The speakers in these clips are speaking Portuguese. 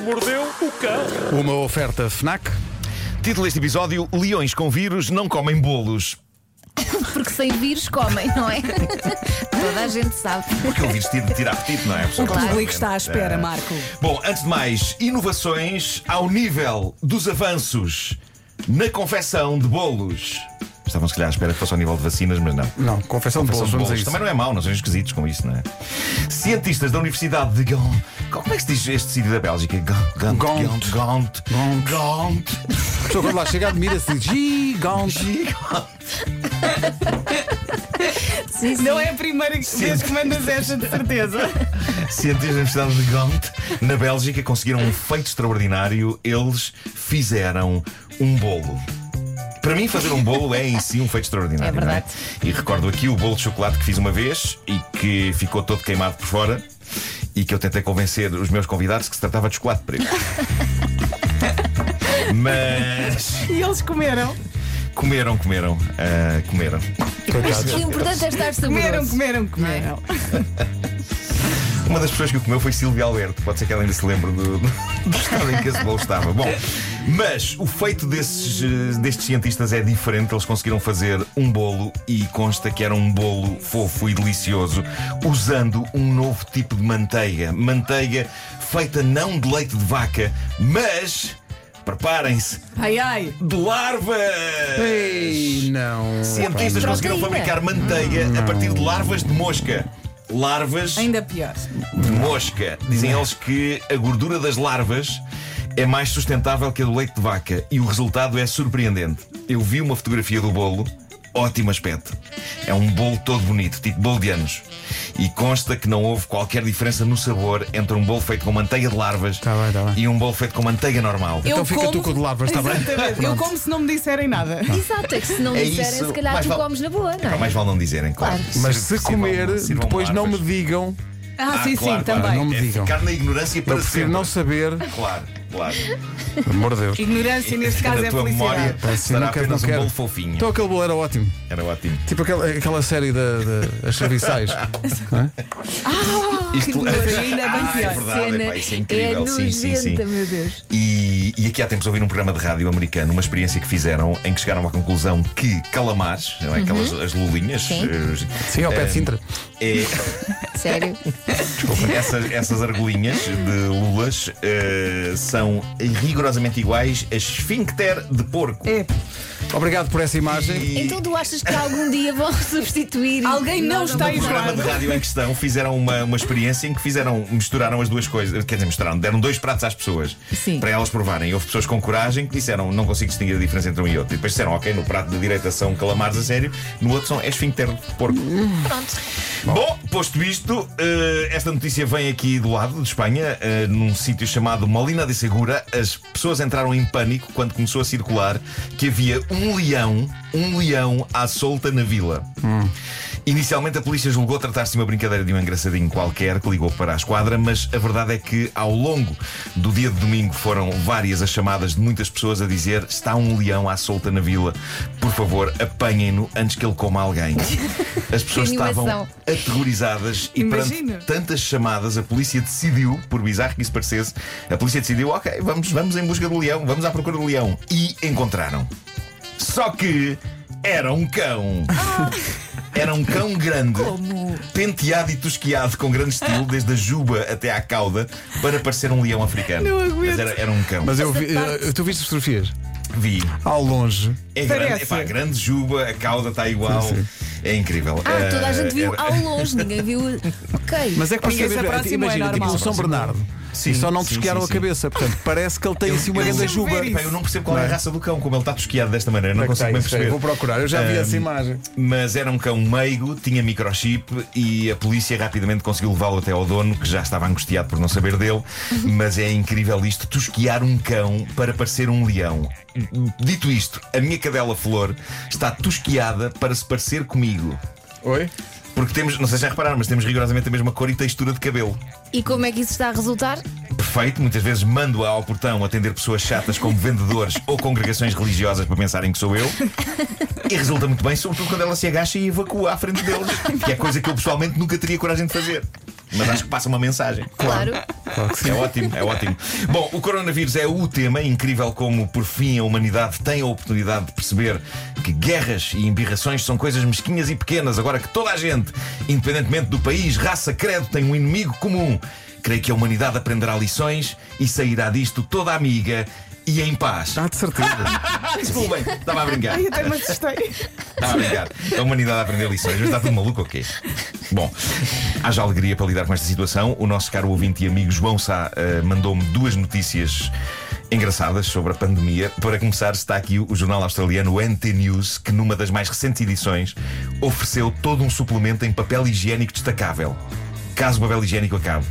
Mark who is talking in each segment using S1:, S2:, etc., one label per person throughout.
S1: mordeu o cão.
S2: Uma oferta FNAC.
S3: Título deste episódio: Leões com vírus não comem bolos.
S4: Porque sem vírus comem, não é? Toda a gente sabe.
S3: Porque o vírus tira, tira apetite, não é?
S5: O
S3: pessoal?
S5: público está à espera,
S3: Ah.
S5: Marco.
S3: Bom, antes de mais, inovações ao nível dos avanços na confecção de bolos. Estavam, se calhar, à espera que fosse ao nível de vacinas, mas não.
S2: Não, confessão de bolos,
S3: Confecção de
S2: vamos a
S3: bolos.
S2: isso.
S3: Também não é mau, não são esquisitos com isso, não é? Cientistas da Universidade de Gand. Como é que se diz este sítio da Bélgica? Gand. Gand.
S2: Gand.
S3: Gand.
S2: Gand.
S3: Gand.
S2: A pessoa quando lá chega admira-se e diz gigante.
S5: Não é a primeira vez que mandas esta, de certeza.
S3: Cientistas da Universidade de Gand, na Bélgica, conseguiram um feito extraordinário. Eles fizeram um bolo. Para mim, fazer um bolo é em si um feito extraordinário.
S4: É verdade.
S3: não é? E recordo aqui o bolo de chocolate que fiz uma vez e que ficou todo queimado por fora e que eu tentei convencer os meus convidados que se tratava de chocolate preto. Mas
S5: E eles comeram.
S3: comeram, comeram, ah, comeram.
S4: Acho que o importante é estar
S5: Comeram,
S4: saboroso.
S5: comeram, comeram.
S3: Uma das pessoas que o comeu foi Silvia Alberto. Pode ser que ela ainda se lembre do, do estado em que esse bolo estava. Bom, mas o feito desses, eh, destes cientistas é diferente. Eles conseguiram fazer um bolo e consta que era um bolo fofo e delicioso, usando um novo tipo de manteiga. Manteiga feita não de leite de vaca, mas. Preparem-se,
S5: Ai, ai.
S3: de larvas!
S2: Ei, não.
S3: Cientistas conseguiram
S4: Proteína.
S3: fabricar manteiga a partir de larvas de mosca. Larvas
S5: Ainda pior.
S3: de mosca. Dizem eles que a gordura das larvas é mais sustentável que a do leite de vaca e o resultado é surpreendente. Eu vi uma fotografia do bolo, ótimo aspecto. É um bolo todo bonito, tipo bolo de anos. E consta que não houve qualquer diferença no sabor entre um bolo feito com manteiga de larvas
S2: Tá bem, tá bem.
S3: e um bolo feito com manteiga normal.
S2: Então fica tu com o de larvas, está bem?
S5: Exatamente. Eu como se não me disserem nada.
S4: Exato, é que se não
S3: É
S4: disserem,
S3: isso.
S4: se calhar
S3: Mais
S4: tu
S3: vale-
S4: comes na boa, não
S3: Pá,
S4: é?
S3: Mais vale não dizerem, claro.
S4: Claro.
S2: Mas se
S3: Sirvam-
S2: comer,
S3: sirvam
S2: depois não me
S3: larvas.
S2: digam.
S5: Ah, sim,
S3: claro, claro.
S5: sim, também.
S2: Não me
S3: É
S2: digam.
S3: ficar na ignorância para
S2: Eu prefiro
S3: sempre.
S2: não saber.
S3: Claro, claro.
S2: Pelo amor de Deus.
S5: Ignorância neste caso
S3: Na
S5: é
S3: tua memória
S5: felicidade.
S2: Pá, sim,
S3: será
S2: não quero,
S3: apenas
S2: não
S3: um
S2: quero.
S3: bolo fofinho.
S2: Então aquele bolo era ótimo.
S3: Era ótimo.
S2: Tipo aquela, aquela série da- da- das serviçais. Não é?
S3: Isto
S5: nojo, ainda bem
S3: Ah,
S5: pior.
S3: é verdade,
S4: Cena
S3: epá, isso é incrível.
S4: é
S3: sim, sim, sim.
S4: nojenta, meu Deus.
S3: E, e aqui há tempos ouvi num programa de rádio americano uma experiência que fizeram em que chegaram à conclusão que calamares, não é? aquelas as lulinhas,
S4: Sim.
S3: eh,
S2: Sim, ao pé de
S3: eh,
S2: Sintra.
S3: eh,
S4: Sério.
S3: Essas, essas argolinhas de lulas eh, são rigorosamente iguais a esfíncter de porco.
S5: É.
S2: Obrigado por essa imagem.
S3: E
S4: Então tu achas que algum dia vão substituir?
S5: Alguém não
S4: Nós
S5: está
S4: vamos-
S3: no programa de rádio em questão fizeram uma, uma experiência em que fizeram, misturaram as duas coisas, quer dizer, misturaram, deram dois pratos às pessoas
S4: Sim.
S3: para elas provarem. E houve pessoas com coragem que disseram não consigo distinguir a diferença entre um e outro. E depois disseram, ok, no prato da direita são calamares a sério, no outro são é esfíncter de porco. Bom, posto isto, eh, esta notícia vem aqui do lado de Espanha, eh, num sítio chamado Molina de Segura. As pessoas entraram em pânico quando começou a circular que havia um leão, um leão à solta na vila. Inicialmente a polícia julgou tratar-se de uma brincadeira de um engraçadinho qualquer que ligou para a esquadra, mas a verdade é que ao longo do dia de domingo foram várias as chamadas de muitas pessoas a dizer está um leão à solta na vila, por favor apanhem-no antes que ele coma alguém. As pessoas
S4: Que
S3: estavam
S4: animação.
S3: aterrorizadas e
S5: Imagino.
S3: perante tantas chamadas, a polícia decidiu, por bizarro que isso parecesse, a polícia decidiu, ok, vamos, vamos em busca do leão, vamos à procura do leão. E encontraram. Só que era um cão. Era um cão grande, penteado e tosquiado com grande estilo, desde a juba até à cauda, para parecer um leão africano.
S5: Não aguento.
S3: Mas era, era um cão.
S2: Mas eu vi, eh, tu viste as fotografias?
S3: Vi.
S2: Ao longe.
S3: É grande,
S5: Parece.
S3: epá, grande juba, a cauda está igual. É incrível.
S4: Ah, toda a
S3: Eh,
S4: gente viu
S3: era-
S4: ao longe, ninguém viu. Ok.
S2: Mas é que para
S5: Ninguém se
S2: saber,
S5: aproximou, é
S2: imagina, tipo
S5: normal.
S2: o São Bernardo.
S3: Sim,
S2: e só não
S3: sim,
S2: tosquearam
S3: sim,
S2: a
S3: sim.
S2: cabeça. Portanto, parece que ele tem assim uma grande
S5: eu-
S2: juba.
S5: ver
S3: Epá, eu não percebo qual é a raça do cão, como ele está tosquiado desta maneira, não
S2: Onde é que está
S3: consigo bem
S2: isso? Espera aí,
S3: perceber.
S2: Vou procurar, eu já vi
S3: Ah,
S2: essa imagem.
S3: Mas era um cão meigo, tinha microchip e a polícia rapidamente conseguiu levá-lo até ao dono, que já estava angustiado por não saber dele. Mas é incrível isto, tosquiar um cão para parecer um leão. Dito isto, a minha cadela flor está tosquiada para se parecer comigo.
S2: Oi?
S3: Porque temos, não sei se já repararam, mas temos rigorosamente a mesma cor e textura de cabelo.
S4: E como é que isso está a resultar?
S3: Perfeito, muitas vezes mando-a ao portão atender pessoas chatas como vendedores ou congregações religiosas para pensarem que sou eu. E resulta muito bem, sobretudo quando ela se agacha e evacua à frente deles, que é coisa que eu pessoalmente nunca teria coragem de fazer. mas acho que passa uma mensagem.
S4: Claro.
S2: Claro que sim.
S3: É ótimo, é ótimo. Bom, o coronavírus é o tema, incrível como por fim a humanidade tem a oportunidade de perceber que guerras e embirrações são coisas mesquinhas e pequenas, agora que toda a gente, independentemente do país, raça, credo, tem um inimigo comum. Creio que a humanidade aprenderá lições e sairá disto toda amiga e em paz.
S2: Ah, de certeza.
S3: Ah, desculpem, estava a brincar.
S5: Ai, até me assustei.
S3: Estava a brincar. A humanidade a aprender lições, mas está tudo maluco ou quê? Bom, haja alegria para lidar com esta situação. O nosso caro ouvinte e amigo João Sá eh, mandou-me duas notícias engraçadas sobre a pandemia. Para começar, está aqui o jornal australiano o NT News, que numa das mais recentes edições ofereceu todo um suplemento em papel higiênico destacável. Caso o papel higiênico acabe.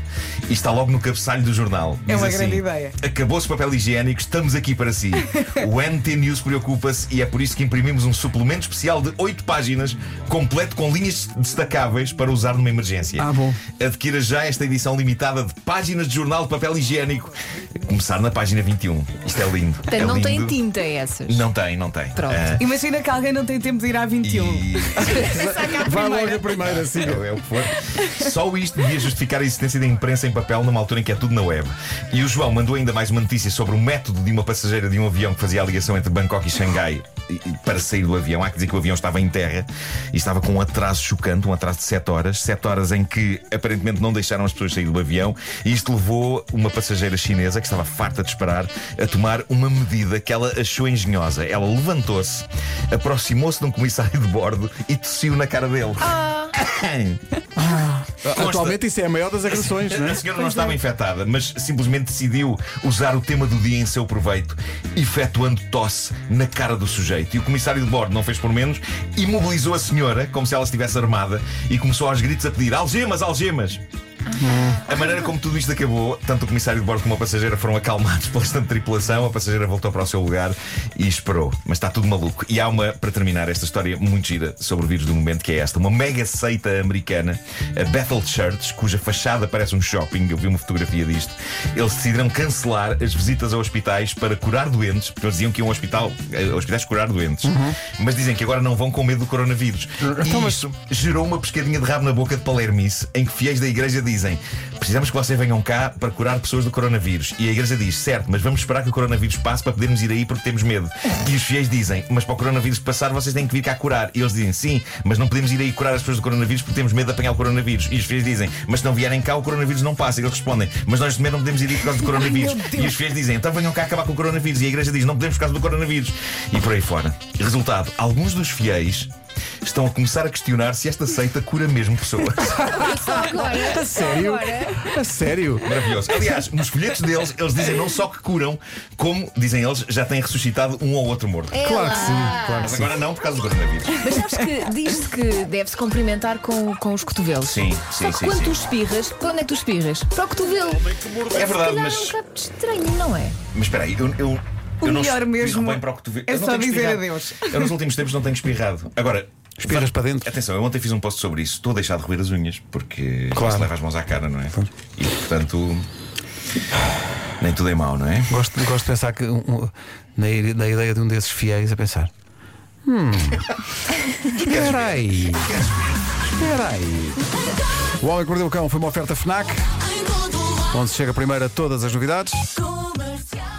S3: E está logo no cabeçalho do jornal.
S5: É
S3: Diz
S5: uma
S3: assim,
S5: grande ideia.
S3: Acabou-se o papel higiênico, estamos aqui para si. O NT News preocupa-se e é por isso que imprimimos um suplemento especial de 8 páginas, completo com linhas destacáveis para usar numa emergência.
S2: Ah, bom.
S3: Adquira já esta edição limitada de páginas de jornal de papel higiênico. Começar na página 21. Isto é lindo.
S4: Portanto,
S3: é
S4: não
S3: lindo.
S4: tem tinta essas.
S3: Não tem, não tem.
S4: Pronto.
S2: É.
S4: um.
S3: Ah,
S5: Imagina que alguém não tem tempo de ir à 21.
S3: e-
S5: é
S2: Vai logo a primeira, sim.
S3: É o- é o que for. Só isto devia justificar a existência da imprensa em papel numa altura em que é tudo na web. E o João mandou ainda mais uma notícia sobre o método de uma passageira de um avião que fazia a ligação entre Bangkok e Xangai e- e para sair do avião. Há que dizer que o avião estava em terra e estava com um atraso chocante, um atraso de 7 horas. 7 horas em que aparentemente não deixaram as pessoas sair do avião. E isto levou uma passageira chinesa que estava farta de esperar a tomar uma medida que ela achou engenhosa. Ela levantou-se, aproximou-se de um comissário de bordo e tossiu na cara dele. Consta-
S2: Atualmente isso é a maior das agressões, não
S3: A
S2: é?
S3: senhora não estava infectada, mas simplesmente decidiu usar o tema do dia em seu proveito, efetuando tosse na cara do sujeito. E o comissário de bordo não fez por menos, imobilizou a senhora, como se ela estivesse armada, e começou aos gritos a pedir: algemas, algemas! A maneira como tudo isto acabou, tanto o comissário de bordo como a passageira foram acalmados pela restante tripulação, a passageira voltou para o seu lugar e esperou. Mas está tudo maluco. E há uma, para terminar, esta história muito gira sobre o vírus do momento, que é esta. Uma mega seita americana, a Bethel Church, cuja fachada parece um shopping, eu vi uma fotografia disto. Eles decidiram cancelar as visitas a hospitais para curar doentes, porque eles diziam que iam ao hospital, a hospitais curar doentes. Mas dizem que agora não vão com medo do coronavírus.
S2: Uhum. Então,
S3: E
S2: mas-
S3: isso gerou uma pescadinha de rabo na boca de Palermice, em que fiéis da igreja dizem: Precisamos que vocês venham cá para curar pessoas do coronavírus. E a igreja diz: Certo, mas vamos esperar que o coronavírus passe para podermos ir aí porque temos medo. E os fiéis dizem: Mas para o coronavírus passar, vocês têm que vir cá curar. E eles dizem: Sim, mas não podemos ir aí curar as pessoas do coronavírus porque temos medo de apanhar o coronavírus. E os fiéis dizem: Mas se não vierem cá, o coronavírus não passa. E eles respondem: Mas nós de medo não podemos ir aí por causa do coronavírus.
S5: meu Deus.
S3: e os fiéis dizem: Então venham cá acabar com o coronavírus. E a igreja diz: Não podemos por causa do coronavírus. E por aí fora. Resultado: alguns dos fiéis estão a começar a questionar se esta seita cura mesmo pessoas. Ah,
S4: Só agora.
S2: A sério?
S4: Agora.
S2: é? A sério?
S3: Maravilhoso. Aliás, nos folhetos deles, eles dizem não só que curam, como, dizem eles, já têm ressuscitado um ou outro morto.
S4: É
S2: Claro
S4: lá.
S2: que sim, claro que
S3: Mas
S2: sim.
S3: agora não, por causa do coronavírus.
S4: Mas sabes que diz-se que deve-se cumprimentar com, com os cotovelos.
S3: Sim,
S4: Só
S3: sim,
S4: que
S3: sim.
S4: quando
S3: sim.
S4: tu espirras, para onde é que tu espirras? Para o cotovelo.
S3: É
S4: Se calhar
S3: verdade,
S4: é um
S3: mas,
S4: bocado estranho, não é?
S3: mas espera aí, eu. eu...
S5: O
S3: eu não
S5: melhor
S3: espirro
S5: mesmo
S3: bem para o cotovelo.
S5: é
S3: Eu não
S5: só
S3: tenho
S5: dizer
S3: espirrado.
S5: adeus.
S3: Eu nos últimos tempos não tenho espirrado. Agora,
S2: Espirras para dentro?
S3: atenção, eu ontem fiz um post sobre isso. Estou a deixar de roer as unhas, porque
S2: Claro.
S3: claro. se leva as mãos à cara, não é? E portanto, nem tudo é mau, não é?
S2: Gosto, gosto de pensar que um, um, na, i- na ideia de um desses fiéis a pensar. Hum. Espera aí. Espera aí. O Homem que Mordeu o Cão foi uma oferta FNAC, onde se chega primeiro a todas as novidades.
S1: Comercial.